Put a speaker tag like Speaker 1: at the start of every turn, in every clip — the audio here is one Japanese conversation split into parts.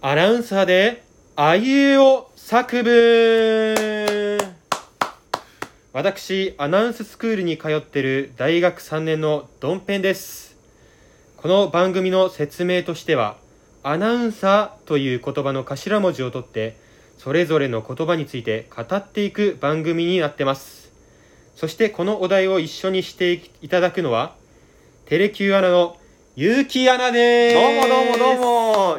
Speaker 1: アナウンサーであいうえお作文私アナウンススクールに通ってる大学3年のドンペンですこの番組の説明としてはアナウンサーという言葉の頭文字を取ってそれぞれの言葉について語っていく番組になってますそしてこのお題を一緒にしていただくのはテレキューアナのゆうきアナです
Speaker 2: どうもどうもどう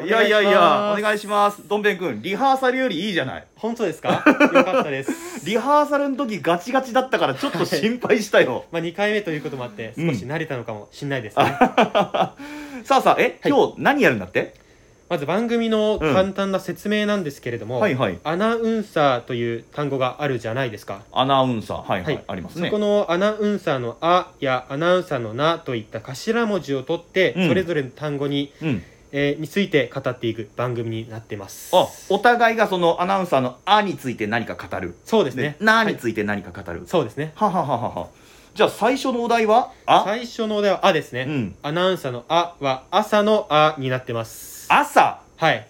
Speaker 2: も。いやいやいや、
Speaker 1: お願いします
Speaker 2: お願いします。どんべんくん、リハーサルよりいいじゃない。
Speaker 1: 本当です かよかったです
Speaker 2: リハーサルの時ガチガチだったからちょっと心配したよ。
Speaker 1: まあ2回目ということもあって
Speaker 2: うん
Speaker 1: 少し慣れたのかもしれないですね、
Speaker 2: さあさあ、え、
Speaker 1: はい
Speaker 2: 今日何やるんだって
Speaker 1: まず番組の簡単な説明なんですけれども、
Speaker 2: はいはい。
Speaker 1: アナウンサーという単語があるじゃないですか、
Speaker 2: アナウンサー、はいは
Speaker 1: はい
Speaker 2: い、あります
Speaker 1: そ
Speaker 2: ね
Speaker 1: こ。のアナウンサーの「あ」やアナウンサーの「な」といった頭文字を取って、
Speaker 2: うん
Speaker 1: それぞれの単語に,、
Speaker 2: うん。
Speaker 1: えーについて語っていく番組になってます
Speaker 2: あ、お互いがそのアナウンサーのあについて何か語る。
Speaker 1: そうです
Speaker 2: で
Speaker 1: ね、
Speaker 2: な
Speaker 1: は
Speaker 2: に
Speaker 1: い
Speaker 2: ついて何か語る。
Speaker 1: そうですね
Speaker 2: ははははは。じゃあ最初のお題はあ
Speaker 1: 最初のお題は「あ」ですね、
Speaker 2: うん。
Speaker 1: アナウンサーの「あ」は朝の「あ」になってます
Speaker 2: 朝。
Speaker 1: はい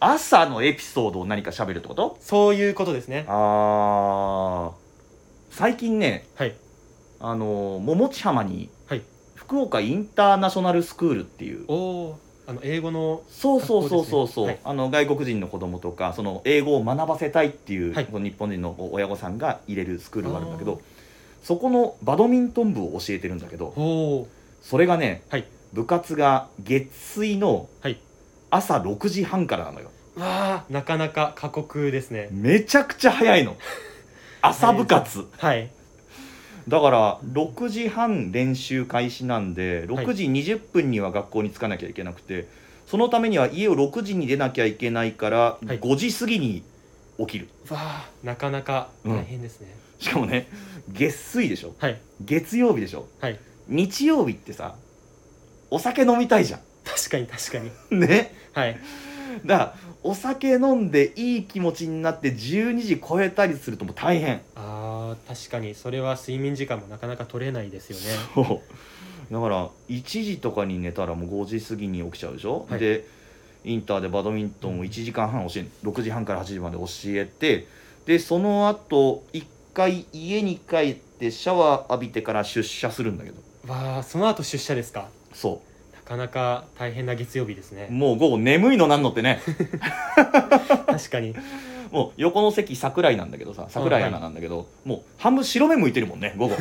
Speaker 2: 朝のエピソードを何か喋るってこと
Speaker 1: そういうことですね
Speaker 2: あー。最近ね、
Speaker 1: はい
Speaker 2: あの桃地浜に、
Speaker 1: はい
Speaker 2: 福岡インターナショナルスクールっていう
Speaker 1: おおあの英語の
Speaker 2: そうそうそうそうそ
Speaker 1: 学校ですね
Speaker 2: う、
Speaker 1: はい
Speaker 2: あの外国人の子供とかその英語を学ばせたいっていう、
Speaker 1: はい
Speaker 2: この日本人の親御さんが入れるスクールがあるんだけどそこのバドミントン部を教えてるんだけど
Speaker 1: おお
Speaker 2: それがね、
Speaker 1: はい
Speaker 2: 部活が月水の
Speaker 1: はい
Speaker 2: 朝6時半からなのよ
Speaker 1: わあなかなか過酷ですね
Speaker 2: めちゃくちゃ早 いの朝部活、
Speaker 1: はい
Speaker 2: だから6時半練習開始なんで
Speaker 1: はい
Speaker 2: 6時20分には学校に着かなきゃいけなくて、そのためには家を6時に出なきゃいけないから
Speaker 1: はい
Speaker 2: 5時過ぎに起きる、
Speaker 1: わあなかなか大変ですね、
Speaker 2: しかもね月水でしょ
Speaker 1: はい
Speaker 2: 月曜日でしょ
Speaker 1: はい
Speaker 2: 日曜日ってさお酒飲みたいじゃ
Speaker 1: 確かに確かに
Speaker 2: ん ね
Speaker 1: はい
Speaker 2: だからお酒飲んでいい気持ちになって12時超えたりするともう大変
Speaker 1: あー確かにそれは睡眠時間もなかなか取れないですよね
Speaker 2: そうだから1時とかに寝たらもう5時過ぎに起きちゃうでしょ、
Speaker 1: はい
Speaker 2: でインターでバドミントンを1時間半教え6時半から8時まで教えてでその後一回家に帰ってシャワー浴びてから出社するんだけど
Speaker 1: わあその後出社ですか
Speaker 2: そ
Speaker 1: なかなか大変な月曜日です
Speaker 2: う
Speaker 1: ね
Speaker 2: もう午後眠いのなんのっ てね
Speaker 1: 確かに
Speaker 2: もう横の席桜井なんだけどさ桜井アナなんだけど、もう半分白目向いてるもんね午後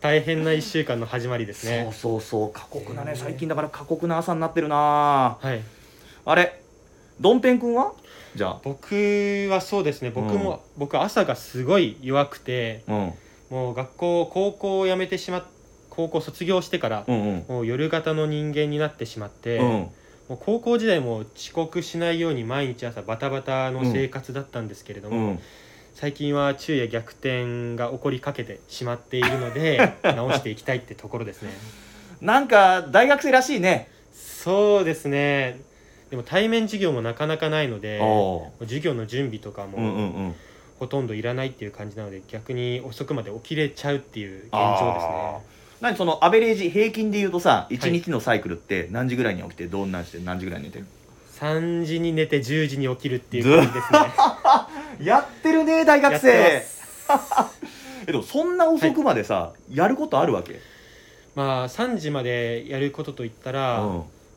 Speaker 1: 大変な1週間の始まりです
Speaker 2: そう
Speaker 1: ね
Speaker 2: そうそう過酷な
Speaker 1: へ
Speaker 2: ね
Speaker 1: ー
Speaker 2: 最近だから過酷な朝になってるな
Speaker 1: はい
Speaker 2: あれどんぺんくんはじゃあ
Speaker 1: 僕はそうですね僕も、僕朝がすごい弱くて
Speaker 2: うん
Speaker 1: もう学校高校を辞めてしまっ高校卒業してから、
Speaker 2: うんうん
Speaker 1: もう夜型の人間になってしまって、も
Speaker 2: う
Speaker 1: う高校時代も遅刻しないように毎日朝バタバタの生活だったんですけれども、
Speaker 2: んうん、
Speaker 1: 最近は昼夜逆転が起こりかけてしまっているの で直していきたいってところですね
Speaker 2: なんか大学生らしいね、
Speaker 1: そうですねでも対面授業もなかなかないので
Speaker 2: お
Speaker 1: 授業の準備とか
Speaker 2: ーうんう
Speaker 1: も
Speaker 2: んうん現
Speaker 1: ほとんどいらないっていう感じなので逆に遅くまで起きれちゃうっていう現状ですね
Speaker 2: 何そのアベレージ平均で言うとさ1
Speaker 1: い
Speaker 2: 日のサイクルって何時ぐらいに起きてどんなんして何時ぐらいに寝てる
Speaker 1: 3時に寝て10時に起きるっていう感じですね
Speaker 2: やってるね大学生
Speaker 1: やってま
Speaker 2: え
Speaker 1: す
Speaker 2: でもそんな遅くまでさ、やることあるわけ
Speaker 1: まあ3時までやることといったら、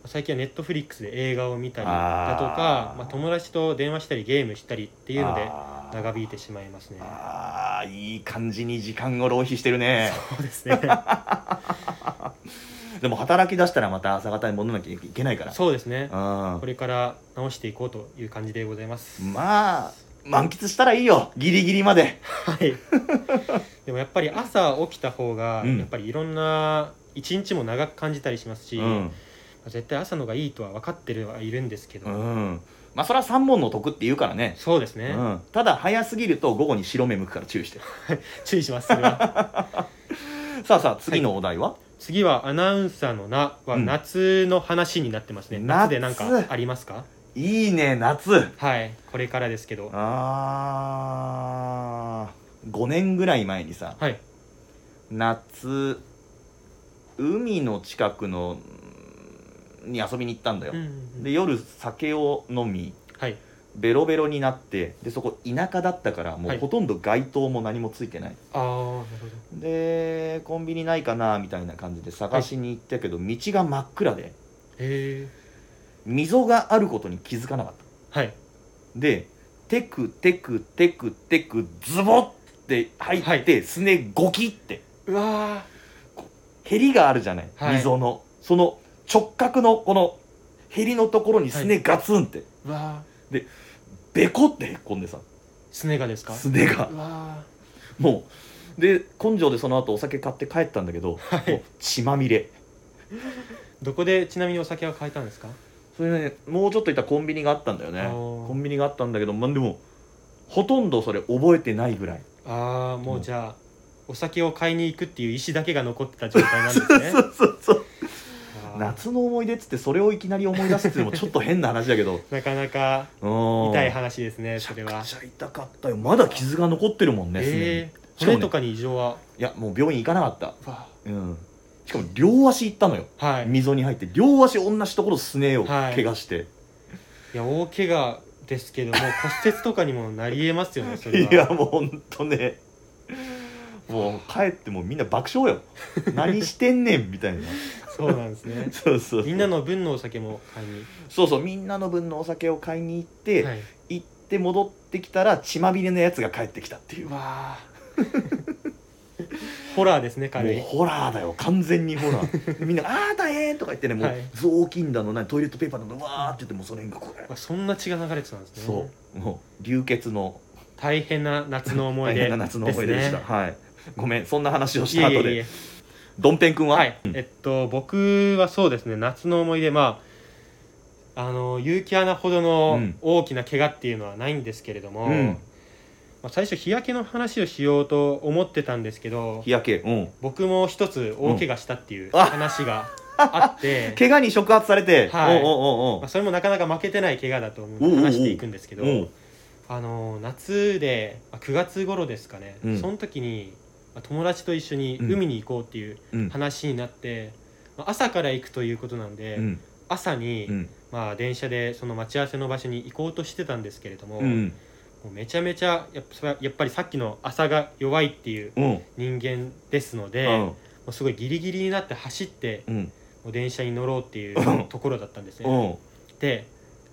Speaker 1: 最近はネットフリックスで映画を見たりだとか
Speaker 2: あー
Speaker 1: まあ、友達と電話したりゲームしたりっていうので
Speaker 2: あー
Speaker 1: 長引いてしまいますね
Speaker 2: あーいい感じに時間を浪費してるね
Speaker 1: そうです ね
Speaker 2: でも働き出したらまた朝方に戻らなきゃいけないから
Speaker 1: そうですね
Speaker 2: うん
Speaker 1: これから直していこうという感じでございます
Speaker 2: まあ満喫したらいいよギリギリまで
Speaker 1: はいでもやっぱり朝起きた方が
Speaker 2: うん
Speaker 1: やっぱりいろんな一日も長く感じたりしますし、
Speaker 2: うん
Speaker 1: 絶対朝のがいいとは分かってるはいるんですけど、
Speaker 2: うんまあそれは3問の得って言うからね
Speaker 1: そうですね、
Speaker 2: うん、ただ早すぎると午後に白目向くから注意して
Speaker 1: 注意しますそれは
Speaker 2: さあさあ次のお題は、
Speaker 1: 次はアナウンサーの「な」は
Speaker 2: うん
Speaker 1: 夏の話になってますね、
Speaker 2: 夏
Speaker 1: 夏で何かありますか
Speaker 2: い、いね夏
Speaker 1: はいこれからですけど
Speaker 2: あー5年ぐらい前にさ
Speaker 1: はい
Speaker 2: 夏海の近くのに遊びに行ったんだよ、
Speaker 1: うん
Speaker 2: で夜酒を飲み
Speaker 1: はい
Speaker 2: ベロベロになってでそこ田舎だったからも
Speaker 1: は
Speaker 2: う
Speaker 1: い
Speaker 2: ほとんど街灯も何もついてない、
Speaker 1: ああなるほど
Speaker 2: でコンビニないかなみたいな感じで探しに行ったけど、道が真っ暗で
Speaker 1: へえ
Speaker 2: 溝があることに気づかなかった
Speaker 1: はい
Speaker 2: でテクテクテクテクズボッって入って、
Speaker 1: はい
Speaker 2: すねゴキって
Speaker 1: うわ
Speaker 2: へりがあるじゃない、
Speaker 1: はい
Speaker 2: 溝のその直角のこのへりのところにすねガツンって、
Speaker 1: ーうわ
Speaker 2: ベコってへっこんでさ
Speaker 1: ースネガですか
Speaker 2: すねが
Speaker 1: うわ
Speaker 2: もうで根性でその後お酒買って帰ったんだけど、
Speaker 1: ーは
Speaker 2: もう
Speaker 1: い
Speaker 2: 血まみれ
Speaker 1: どこでちなみにお酒は買えたんですか
Speaker 2: それねもうちょっといったらコンビニがあったんだよね
Speaker 1: あー
Speaker 2: コンビニがあったんだけどまあでもほとんどそれ覚えてないぐら い
Speaker 1: ああも
Speaker 2: う
Speaker 1: うんじゃあお酒を買いに行くっていう意思だけが残ってた状態なんですね
Speaker 2: そうそうそう
Speaker 1: あー
Speaker 2: 夏の思い出っつってそれをいきなり思い出すっていうのもちょっと変な話だけど
Speaker 1: なかなか
Speaker 2: 痛
Speaker 1: 痛い話ですねそれは
Speaker 2: めちゃくちゃ痛かったよまだ傷が残ってるもんね、すでに
Speaker 1: ええ
Speaker 2: しかも
Speaker 1: 骨
Speaker 2: ね
Speaker 1: とかに異常はい
Speaker 2: やもう病院行かなかった
Speaker 1: わ
Speaker 2: うんしかも両足行ったのよ、
Speaker 1: ーはい
Speaker 2: 溝に入って両足同じところすねを
Speaker 1: はい
Speaker 2: 怪我して、
Speaker 1: いや大怪我ですけども骨折とかにもなりえますよねそ
Speaker 2: い、
Speaker 1: れは
Speaker 2: やもうほんとねもう帰ってもうみんな爆笑よ何してんねんみたいな
Speaker 1: そうなんですね
Speaker 2: そうそう
Speaker 1: みんなの分のお酒も買いに
Speaker 2: そうそうみんなの分のお酒を買いに行って、
Speaker 1: はい
Speaker 2: 行って戻ってきたら血まみれのやつが帰ってきたっていうう
Speaker 1: わー ホラーですね
Speaker 2: もう
Speaker 1: 彼
Speaker 2: ホラーだよ完全にホラ ーみんな「ああ大変!」とか言ってねもう、
Speaker 1: はい
Speaker 2: 雑巾だの何トイレットペーパーだのわーって言ってもうその辺がこれ、
Speaker 1: あそんな血が流れてたんですね
Speaker 2: そうもう流血の
Speaker 1: 大変な夏の思い
Speaker 2: 大
Speaker 1: 出
Speaker 2: 変な夏の思い出でした
Speaker 1: すね
Speaker 2: はいごめんそんな話をし
Speaker 1: い
Speaker 2: た
Speaker 1: えい
Speaker 2: 後
Speaker 1: えい
Speaker 2: で
Speaker 1: え
Speaker 2: どんぺんくんは、
Speaker 1: はいえっと僕はそうですね夏の思い出まああの結城アナほど
Speaker 2: う
Speaker 1: の
Speaker 2: ん
Speaker 1: 大きな怪我っていうのはないんですけれども、
Speaker 2: うん
Speaker 1: まあ、最初日焼けの話をしようと思ってたんですけど
Speaker 2: 日焼けうん
Speaker 1: 僕も一つ大怪我したっていう
Speaker 2: うんあ
Speaker 1: 話があって、
Speaker 2: 怪我に触発されて、
Speaker 1: はい
Speaker 2: おうおうお
Speaker 1: まあ、
Speaker 2: う
Speaker 1: それもなかなか負けてない怪我だと思
Speaker 2: おうおう
Speaker 1: う
Speaker 2: おう
Speaker 1: 話していくんですけど、
Speaker 2: おう
Speaker 1: あの夏でまあ9月頃ですかね、
Speaker 2: うん
Speaker 1: その時にまあ友達と一緒に
Speaker 2: うん
Speaker 1: 海に行こうっていう
Speaker 2: うん
Speaker 1: 話になって、まあ朝から行くということなんで、
Speaker 2: うん
Speaker 1: 朝に、
Speaker 2: うん
Speaker 1: まあ、電車でその待ち合わせの場所に行こうとしてたんですけれども,、
Speaker 2: う
Speaker 1: も
Speaker 2: ん
Speaker 1: うめちゃめちゃやっぱやっぱりさっきの朝が弱いっていう
Speaker 2: うん
Speaker 1: 人間ですので、もうすごいギリギリになって走って
Speaker 2: うん
Speaker 1: もう電車に乗ろうってい
Speaker 2: うん
Speaker 1: うところだったんですね。
Speaker 2: うん
Speaker 1: で、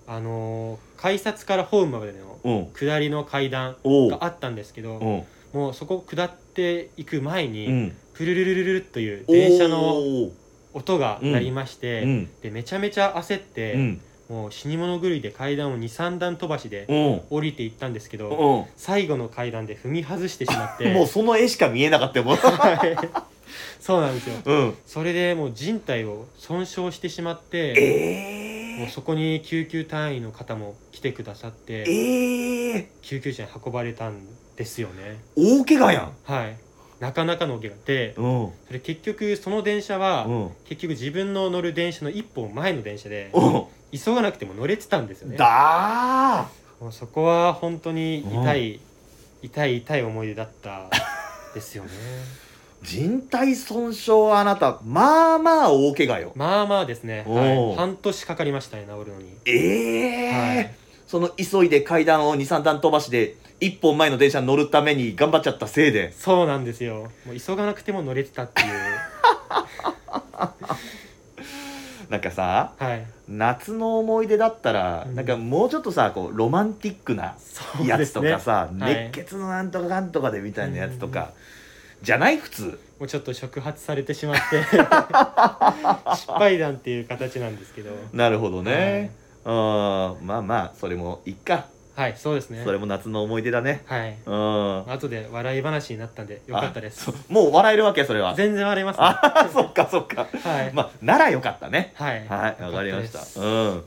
Speaker 1: あのー改札からホームまでの
Speaker 2: うん
Speaker 1: 下りの階段
Speaker 2: おう
Speaker 1: があったんですけ
Speaker 2: う
Speaker 1: ど
Speaker 2: ん
Speaker 1: もうそこを下っていく前に、
Speaker 2: うん
Speaker 1: プルルルルルルという電車の
Speaker 2: おう
Speaker 1: 音が鳴りまして、
Speaker 2: うん
Speaker 1: でめちゃめちゃ焦って、
Speaker 2: うん
Speaker 1: もう死に物狂いで階段を23段飛ばしで
Speaker 2: うん
Speaker 1: 降りていったんですけど、
Speaker 2: うん
Speaker 1: 最後の階段で踏み外してしまって
Speaker 2: もうその絵しか見えなかったよもう
Speaker 1: はい そうなんですよ
Speaker 2: うん
Speaker 1: それでもう人体を損傷してしま って
Speaker 2: え
Speaker 1: もう
Speaker 2: ー
Speaker 1: そこに救急隊員の方も来てくださって
Speaker 2: えー
Speaker 1: 救急車に運ばれたんですよね
Speaker 2: 大怪我やん
Speaker 1: はいなかなかのお怪我で
Speaker 2: うん
Speaker 1: それ結局その電車
Speaker 2: う
Speaker 1: は
Speaker 2: ん
Speaker 1: 結局自分の乗る電車の一本前の電車で
Speaker 2: う
Speaker 1: 急がなくても乗れてたんですよ
Speaker 2: ん
Speaker 1: ね
Speaker 2: だー
Speaker 1: もうそこは本当に痛い痛い痛い思い出だったですよね
Speaker 2: 人体損傷はあなたまあまあ大怪我よ
Speaker 1: まあまあですね、
Speaker 2: お
Speaker 1: は
Speaker 2: う
Speaker 1: い、半年かかりましたね治るのに
Speaker 2: ええー
Speaker 1: はい
Speaker 2: その急いで階段を23段飛ばしで一本前の電車に乗るために頑張っちゃったせいで
Speaker 1: そうなんですよもう急がなくても乗れてたっていう
Speaker 2: なんかさ
Speaker 1: はい
Speaker 2: 夏の思い出だったら、
Speaker 1: うん
Speaker 2: なんかもうちょっとさこうロマンティックな
Speaker 1: そう
Speaker 2: や
Speaker 1: で
Speaker 2: つ
Speaker 1: す
Speaker 2: と
Speaker 1: ね
Speaker 2: かさ、
Speaker 1: そうですねはい
Speaker 2: 熱血のなんとかなんとかでみたいなやつとか、じゃない普通
Speaker 1: もうちょっと触発されてしまって 失敗談っていう形なんですけど
Speaker 2: なるほどね、うんまあまあそれもいっか、
Speaker 1: はいそうですね
Speaker 2: それも夏の思い出だね
Speaker 1: はい
Speaker 2: うん
Speaker 1: 後で笑い話になったんでよかったです
Speaker 2: あそうもう笑えるわけそれは
Speaker 1: 全然笑いますね
Speaker 2: あ そっかそっか
Speaker 1: はい、
Speaker 2: まあならよかったね
Speaker 1: はい
Speaker 2: はいわかりまし
Speaker 1: よったです
Speaker 2: うん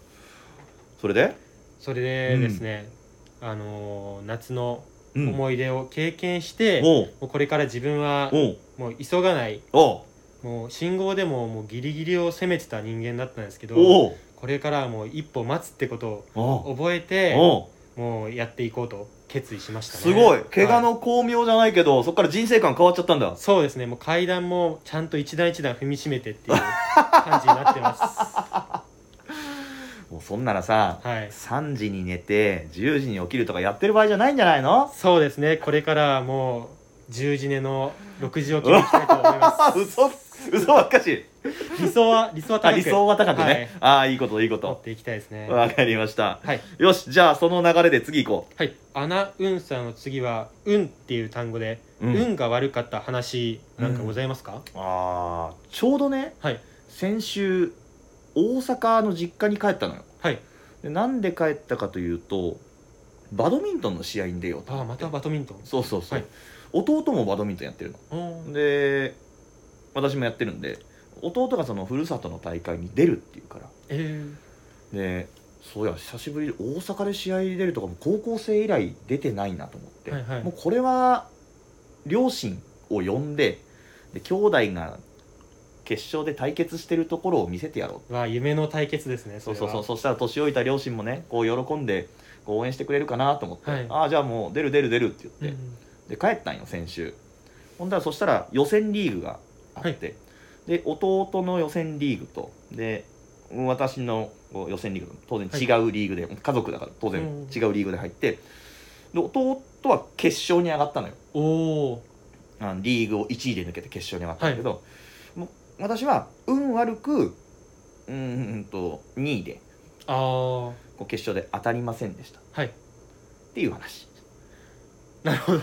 Speaker 2: それで
Speaker 1: それでですね、あのー夏の
Speaker 2: うん
Speaker 1: 思い出を経験して、も
Speaker 2: おう
Speaker 1: うこれから自分は
Speaker 2: おう
Speaker 1: もう急がない
Speaker 2: おう
Speaker 1: もう信号でももうギリギリを攻めてた人間だったんですけど
Speaker 2: おう
Speaker 1: これからはもう一歩待つってこと
Speaker 2: おう
Speaker 1: を覚えて
Speaker 2: おう
Speaker 1: もうやっていこうと決意しましたね
Speaker 2: すごい怪我
Speaker 1: は
Speaker 2: の巧妙じゃないけどそっから人生観変わっちゃったんだ
Speaker 1: そうですねもう階段もちゃんと一段一段踏みしめてっていう感じになってます
Speaker 2: そんならさ、
Speaker 1: はい
Speaker 2: 3時に寝て10時に起きるとかやってる場合じゃないんじゃないの
Speaker 1: そうですねこれからはもう10時寝の6時起きにしたいと思いま
Speaker 2: あ 嘘嘘ばっかし
Speaker 1: す理想は理想は
Speaker 2: あ
Speaker 1: 高く
Speaker 2: 理想は高くね、
Speaker 1: はい
Speaker 2: ああいいこといいこ
Speaker 1: 持っ
Speaker 2: と
Speaker 1: ていきたいですね
Speaker 2: わかりました
Speaker 1: はい
Speaker 2: よしじゃあその流れで次行こ
Speaker 1: はいアナウンサーの次は「運」っていう単語で、
Speaker 2: う、うん
Speaker 1: 運が悪かった話なんかございますか、
Speaker 2: あーちょうどね
Speaker 1: はい
Speaker 2: 先週大阪の実家に帰ったのよ
Speaker 1: はい
Speaker 2: でなんで帰ったかというとバドミントンの試合に出ようと
Speaker 1: ああまたバドミントン
Speaker 2: そうそうそう、
Speaker 1: はい
Speaker 2: 弟もバドミントンやってる
Speaker 1: お
Speaker 2: の
Speaker 1: ー
Speaker 2: で私もやってるんで弟がそのふるさとの大会に出るっていうから
Speaker 1: えー、
Speaker 2: でそうや久しぶりで大阪で試合に出るとかも高校生以来出てないなと思って、
Speaker 1: はいはい
Speaker 2: もうこれは両親を呼んでで兄弟が決勝で対決してるところを見せてやろう
Speaker 1: わあ夢の対決ですね
Speaker 2: そう
Speaker 1: れ
Speaker 2: そう
Speaker 1: は
Speaker 2: そうそしたら年老いた両親もねこう喜んでこう応援してくれるかなと思って、
Speaker 1: はい
Speaker 2: ああじゃあもう出る出る出るって
Speaker 1: う
Speaker 2: 言って、
Speaker 1: ん
Speaker 2: で帰ったんよ先週ほんだらそしたら予選リーグがあって、で弟の予選リーグとで私のこう予選リーグと当然違うリーグで、家族だから当然
Speaker 1: うん
Speaker 2: 違うリーグで入ってで弟は決勝に上がったのよ
Speaker 1: おお
Speaker 2: あのリーグを1位で抜けて決勝に上がったんだけど、もう私は運悪くうーんと2位で
Speaker 1: ああ
Speaker 2: こう決勝で当たりませんでしたっ
Speaker 1: はい
Speaker 2: ていう話
Speaker 1: なる ほど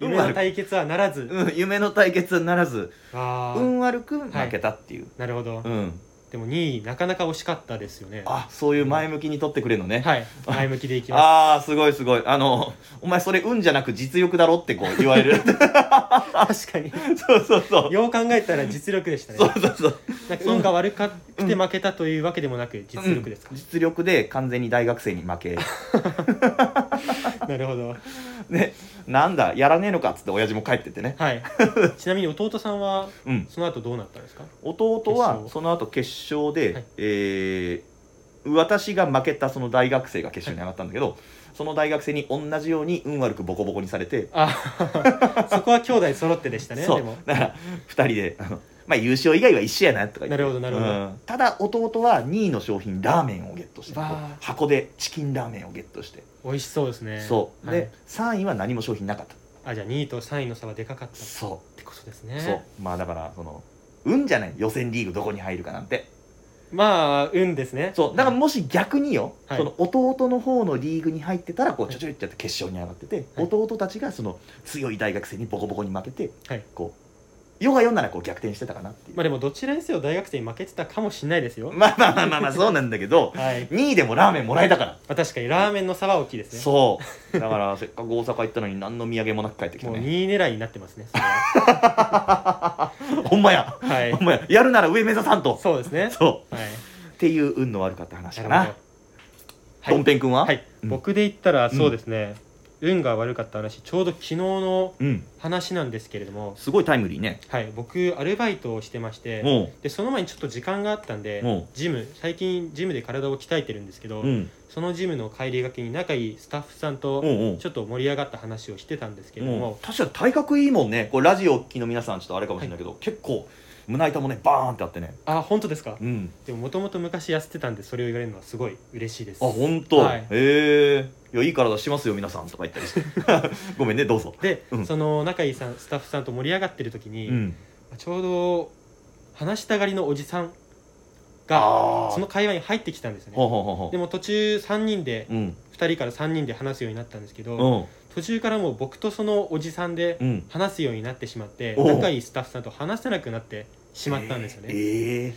Speaker 1: 夢の対決はならず
Speaker 2: うん、夢の対決にならず
Speaker 1: ああ、
Speaker 2: 運悪く負けたっていう、
Speaker 1: なるほど、
Speaker 2: うん、
Speaker 1: でも2位なかなか惜しかったですよね
Speaker 2: あそういう前向きに取ってくれるのね、
Speaker 1: はい前向きでいきま
Speaker 2: ああすごいすごいあのお前それ運じゃなく実力だろってこう言わ れる
Speaker 1: す確かに
Speaker 2: そうそう そう
Speaker 1: よう考えたら実力でしたね
Speaker 2: そうそうそう
Speaker 1: なんか運が悪かくて負けたというわけでもなく実力ですか
Speaker 2: うん、実力で完全に大学生に 負け
Speaker 1: なるほど
Speaker 2: ねなんだやらねえのかっつって親父も帰ってってね
Speaker 1: はい ちなみに弟さんは
Speaker 2: うん
Speaker 1: その後どうなったんですか
Speaker 2: 弟
Speaker 1: 決
Speaker 2: は
Speaker 1: 勝
Speaker 2: その後決勝で、
Speaker 1: はい
Speaker 2: えー私が負けたその大学生が決勝に上がったんだけど、その大学生に同じように運悪くボコボコにされて、
Speaker 1: あ そこは兄弟揃ってでしたね
Speaker 2: そう
Speaker 1: でも
Speaker 2: だから2人であのまあ優勝以外は一緒やなとか言って
Speaker 1: なるほどなるほど
Speaker 2: うんただ弟は2位の商品ラーメンをゲットして
Speaker 1: わあ
Speaker 2: こう箱でチキンラーメンをゲットして、
Speaker 1: 美味しそうですね
Speaker 2: そうで、
Speaker 1: はい
Speaker 2: 3位は何も商品なかった
Speaker 1: あじゃあ2位と3位の差はでかかったっ
Speaker 2: そ
Speaker 1: てことです
Speaker 2: う、
Speaker 1: ね
Speaker 2: そうまあだからその運じゃない予選リーグどこに入るかなんて
Speaker 1: まあ運ですね
Speaker 2: そうだからもし逆によ、
Speaker 1: はい
Speaker 2: その弟の方のリーグに入ってたらこう
Speaker 1: はい
Speaker 2: ちょちょいってやって決勝に上がってて、
Speaker 1: はい
Speaker 2: 弟たちがその強い大学生にボコボコに負けて、
Speaker 1: はい
Speaker 2: こう世が世ならこう逆転してたかなっていう、
Speaker 1: まあでもどちらにせよ大学生に負けてたかもしれないですよ、
Speaker 2: まあまあまあまあまあそうなんだけど
Speaker 1: はいま
Speaker 2: 2位でもラーメンもらえたから、
Speaker 1: あ確かにラーメンの差は大きいですね
Speaker 2: そうだから せっかく大阪行ったのに何の土産もなく帰ってきた
Speaker 1: もう
Speaker 2: ね
Speaker 1: 2位狙いになってますねそれ は
Speaker 2: ほんまや
Speaker 1: はい
Speaker 2: ほんまややるなら上目指さんと
Speaker 1: そうですね
Speaker 2: そ
Speaker 1: は
Speaker 2: うっていう運の悪かった話
Speaker 1: い
Speaker 2: か
Speaker 1: なる
Speaker 2: な
Speaker 1: ほど
Speaker 2: どんぺんくんは、
Speaker 1: はい、はい
Speaker 2: うん
Speaker 1: 僕で言ったらそうですね、運が悪かった話ちょうど昨日の
Speaker 2: うん
Speaker 1: 話なんですけれども
Speaker 2: すごいタイムリーね
Speaker 1: はい僕アルバイトをしてまして
Speaker 2: も
Speaker 1: でその前にちょっと時間があったんで
Speaker 2: おう
Speaker 1: ジム最近ジムで体を鍛えてるんですけど、
Speaker 2: ううん
Speaker 1: そのジムの帰りがけに仲いいスタッフさん
Speaker 2: お
Speaker 1: と
Speaker 2: うおう
Speaker 1: ちょっと盛り上がった話をしてたんですけれど
Speaker 2: も
Speaker 1: も
Speaker 2: う確かに体格いいもんねこうラジオ聴きの皆さんちょっとあれかもしれないけど、結構胸板もねバーンってあってね
Speaker 1: あ本当ですか
Speaker 2: うん
Speaker 1: でももともと昔痩せてたんでそれを言われるのはすごい嬉しいです
Speaker 2: あ本当、
Speaker 1: はい
Speaker 2: へえいやいい体してますよ皆さんとか言ったりして ごめんねどうぞ
Speaker 1: で、
Speaker 2: うん
Speaker 1: その仲いいさんスタッフさんと盛り上がってる時に、
Speaker 2: うん
Speaker 1: ちょうど話したがりのおじさんが
Speaker 2: ああ
Speaker 1: その会話に入ってきたんですよ
Speaker 2: ほう
Speaker 1: ね
Speaker 2: ほうほうほう
Speaker 1: でも途中3人で
Speaker 2: うん
Speaker 1: 2人から3人で話すようになったんですけど、
Speaker 2: うん
Speaker 1: 途中からもう僕とそのおじさんで
Speaker 2: うん
Speaker 1: 話すようになってしまって
Speaker 2: おう
Speaker 1: 仲いいスタッフさんと話せなくなってしまったんですよね、
Speaker 2: ええ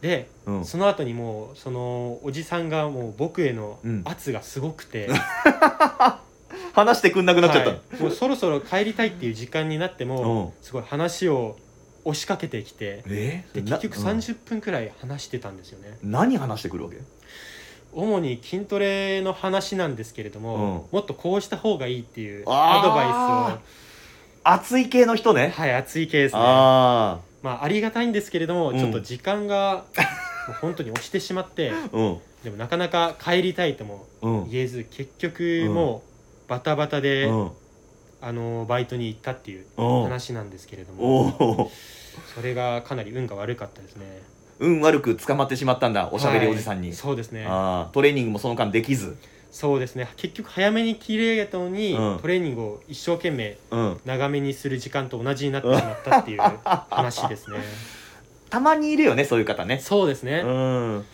Speaker 1: で
Speaker 2: うん
Speaker 1: その後にもうそのおじさんがもう僕への
Speaker 2: うん
Speaker 1: 圧がすごくて、
Speaker 2: 話してくんなくなっちゃった、
Speaker 1: はいもうそろそろ帰りたいっていう時間になっても、すごい話を押しかけてきて
Speaker 2: ええ
Speaker 1: で結局
Speaker 2: な
Speaker 1: 30分くらい話してたんですよね、
Speaker 2: うん何話してくるわけ
Speaker 1: 主に筋トレの話なんですけれども、もっとこうした方がいいっていう
Speaker 2: あー
Speaker 1: アドバ
Speaker 2: 熱い系の人
Speaker 1: イ
Speaker 2: ね
Speaker 1: スをはい熱いケースで
Speaker 2: あ
Speaker 1: まあ、ありがたいんですけれども、
Speaker 2: うん
Speaker 1: ちょっと時間がもう本当に押してしま って
Speaker 2: あうん
Speaker 1: でもなかなか帰りたいとも
Speaker 2: うん
Speaker 1: 言えず結局もうバタバタで、
Speaker 2: うん
Speaker 1: あのバイトに行ったっていう
Speaker 2: おう
Speaker 1: 話なんですけれども
Speaker 2: おう
Speaker 1: それがかなり運が悪かったですね
Speaker 2: 運悪く捕まってしまったんだおしゃべりおじさんに、
Speaker 1: はいそうですね
Speaker 2: あートレーニングもその間できず、
Speaker 1: そうですね結局早めに切り上げたのに、
Speaker 2: うん
Speaker 1: トレーニングを一生懸命
Speaker 2: うん、
Speaker 1: 長めにする時間と同じになってしまった っていう話ですね
Speaker 2: たまにいるよねそういう方ね
Speaker 1: そうですね、
Speaker 2: うん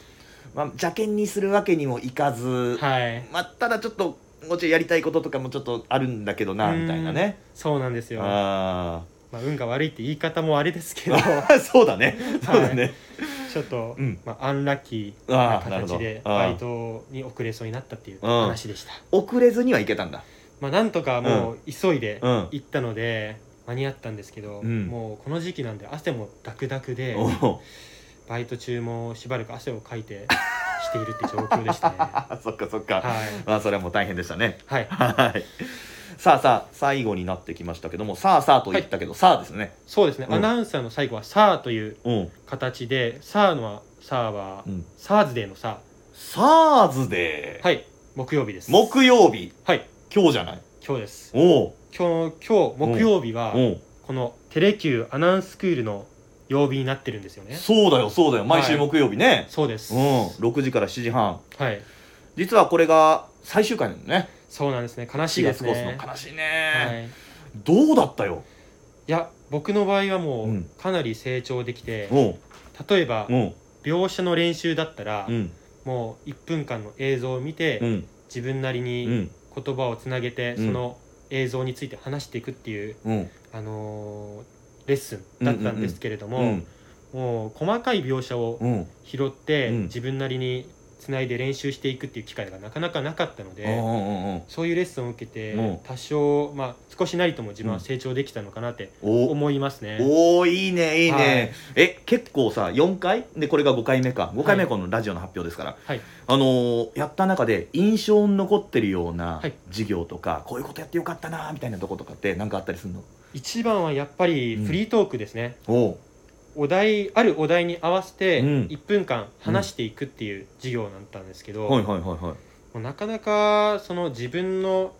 Speaker 2: まあ、邪険にするわけにもいかず、
Speaker 1: はい
Speaker 2: まあ、ただちょっともうちょいやりたいこととかもちょっとあるんだけどな
Speaker 1: うん
Speaker 2: みたいなね
Speaker 1: そうなんですよ
Speaker 2: あ
Speaker 1: まあ、運が悪いって言い方もあれですけど
Speaker 2: あ そうだねそうだね、
Speaker 1: ちょっと、
Speaker 2: うん
Speaker 1: まあ、アンラッキーな
Speaker 2: あーなるほ
Speaker 1: 形
Speaker 2: ど
Speaker 1: で
Speaker 2: あー
Speaker 1: バイトに遅れそうになったっていう話でした、
Speaker 2: 遅れずにはいけたんだ
Speaker 1: まあ、なんとかもう急いで
Speaker 2: うん
Speaker 1: 行ったので間に合ったんですけど、
Speaker 2: うん
Speaker 1: もうこの時期なんで汗もダクダクで
Speaker 2: おう
Speaker 1: バイト中もしばらく汗をかいてしているって状況で したねは
Speaker 2: あそっかそっか、
Speaker 1: い、
Speaker 2: まあそれはもう大変でしたね
Speaker 1: はい、
Speaker 2: はいさあさあ最後になってきましたけどもさあさあと言ったけど、さあですね
Speaker 1: そうですね、
Speaker 2: うん
Speaker 1: アナウンサーの最後は「さあ」という
Speaker 2: うん、
Speaker 1: 形で「さあ」のは「さあ」は
Speaker 2: うん、
Speaker 1: 「サーズデー」の「さ
Speaker 2: サーズデー、
Speaker 1: あ」はい木曜日です
Speaker 2: 木曜日
Speaker 1: はい
Speaker 2: 今日じゃない
Speaker 1: 今日です
Speaker 2: おう
Speaker 1: 今日今日木曜日は、
Speaker 2: おう
Speaker 1: このテレ Q アナウンスクールの曜日になってるんですよね
Speaker 2: そうだよそうだよ毎週木曜日ね、
Speaker 1: そうです、
Speaker 2: うん6時から7時半
Speaker 1: はい
Speaker 2: 実はこれが最終回なのね
Speaker 1: そうなんですね悲しい
Speaker 2: 4
Speaker 1: です
Speaker 2: 月コ
Speaker 1: ね
Speaker 2: ースの悲しい
Speaker 1: は
Speaker 2: ね、
Speaker 1: い、い
Speaker 2: どうだったよ
Speaker 1: や僕の場合はも
Speaker 2: うん
Speaker 1: うかなり成長できて、
Speaker 2: おう
Speaker 1: 例えば
Speaker 2: おう
Speaker 1: 描写の練習だったら、
Speaker 2: うん
Speaker 1: もう1分間の映像を見て、
Speaker 2: うん
Speaker 1: 自分なり
Speaker 2: う
Speaker 1: に
Speaker 2: ん
Speaker 1: 言葉をつなげて、
Speaker 2: うん
Speaker 1: その映像について話していくっていう、
Speaker 2: うん
Speaker 1: あのーレッスンだったんですけれども、
Speaker 2: うん
Speaker 1: もう細かい描写を
Speaker 2: うん
Speaker 1: 拾って、
Speaker 2: うん
Speaker 1: 自分なりにつないで練習していくっていう機会がなかなかなかったので、
Speaker 2: うんうんうん
Speaker 1: そういうレッスンを受けて、
Speaker 2: うん
Speaker 1: 多少、まあ、少しなりとも自分は成長できたのかなって
Speaker 2: お
Speaker 1: 思いますね。
Speaker 2: おーいいねいいね、
Speaker 1: はい
Speaker 2: え結構さ4回でこれが5回目か5回目
Speaker 1: はい
Speaker 2: このラジオの発表ですから、
Speaker 1: はい
Speaker 2: あのーやった中で印象に残ってるような
Speaker 1: はい
Speaker 2: 授業とか、こういうことやってよかったなーみたいなとことかって何かあったりするの
Speaker 1: 一番はやっぱりフリートークですね、
Speaker 2: おう
Speaker 1: お題あるお題に合わせて
Speaker 2: うん
Speaker 1: 1分間話していくっていう授業だったんですけど、
Speaker 2: はい
Speaker 1: も
Speaker 2: はいはいはいう
Speaker 1: なかなかその自分の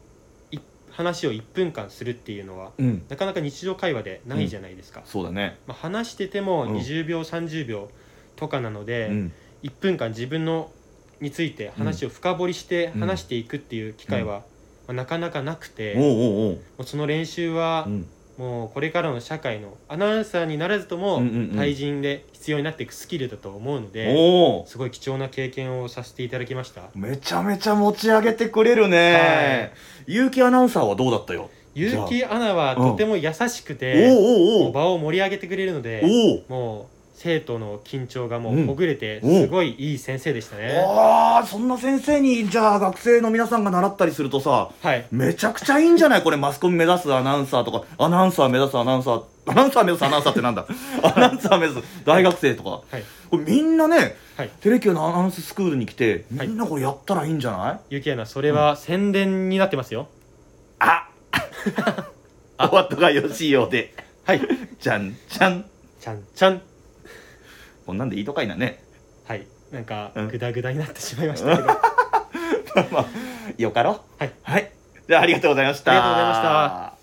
Speaker 1: い話を1分間するっていうのは
Speaker 2: うん
Speaker 1: なかなか日常会話でないじゃないですか、
Speaker 2: そうだね
Speaker 1: まあ、話してて
Speaker 2: うん
Speaker 1: も20秒30秒とかなので、
Speaker 2: うん
Speaker 1: 1分間自分のについて話を深掘りして
Speaker 2: うん
Speaker 1: 話していくっていう機会は、まあなかなかなくて、
Speaker 2: おう
Speaker 1: も
Speaker 2: おう
Speaker 1: うその練習は
Speaker 2: おううん
Speaker 1: もうこれからの社会のアナウンサーにならずと
Speaker 2: う
Speaker 1: も
Speaker 2: んうんうん
Speaker 1: 対人で必要になっていくスキルだと思うので、
Speaker 2: おお
Speaker 1: すごい貴重な経験をさせていただきました
Speaker 2: めちゃめちゃ持ち上げてくれるね、結城アナウンサーはどうだったよ
Speaker 1: 結城アナはとても優しく
Speaker 2: おう
Speaker 1: て、
Speaker 2: おうおう
Speaker 1: 場を盛り上げてくれるので
Speaker 2: おう
Speaker 1: もう生徒の緊張がも
Speaker 2: う
Speaker 1: うんほぐれて、
Speaker 2: おう
Speaker 1: すごいいい先生でしたね、
Speaker 2: あーそんな先生にじゃあ学生の皆さんが習ったりするとさ
Speaker 1: はい
Speaker 2: めちゃくちゃいいんじゃないこれマスコミ目指すアナウンサーとかアナウンサー目指すアナウンサーアナウンサー目指すアナウンサーってなんだ アナウンサー目指す大学生とか、
Speaker 1: はい
Speaker 2: これみんなね、
Speaker 1: はい
Speaker 2: テレキューのアナウンススクールに来てみ
Speaker 1: はい
Speaker 2: んなこれやったらいいんじゃない、
Speaker 1: 結城アナそれは宣伝になってますよ
Speaker 2: ああわとがよしよで
Speaker 1: はい
Speaker 2: じゃんじゃん
Speaker 1: ちゃんちゃん
Speaker 2: こんなんでいいとかいなね
Speaker 1: はいなんか
Speaker 2: うん
Speaker 1: グダグダになってしまいました けど、あ
Speaker 2: まあよかろ
Speaker 1: はい、
Speaker 2: はい、じゃあありがとうございました
Speaker 1: りがとうございました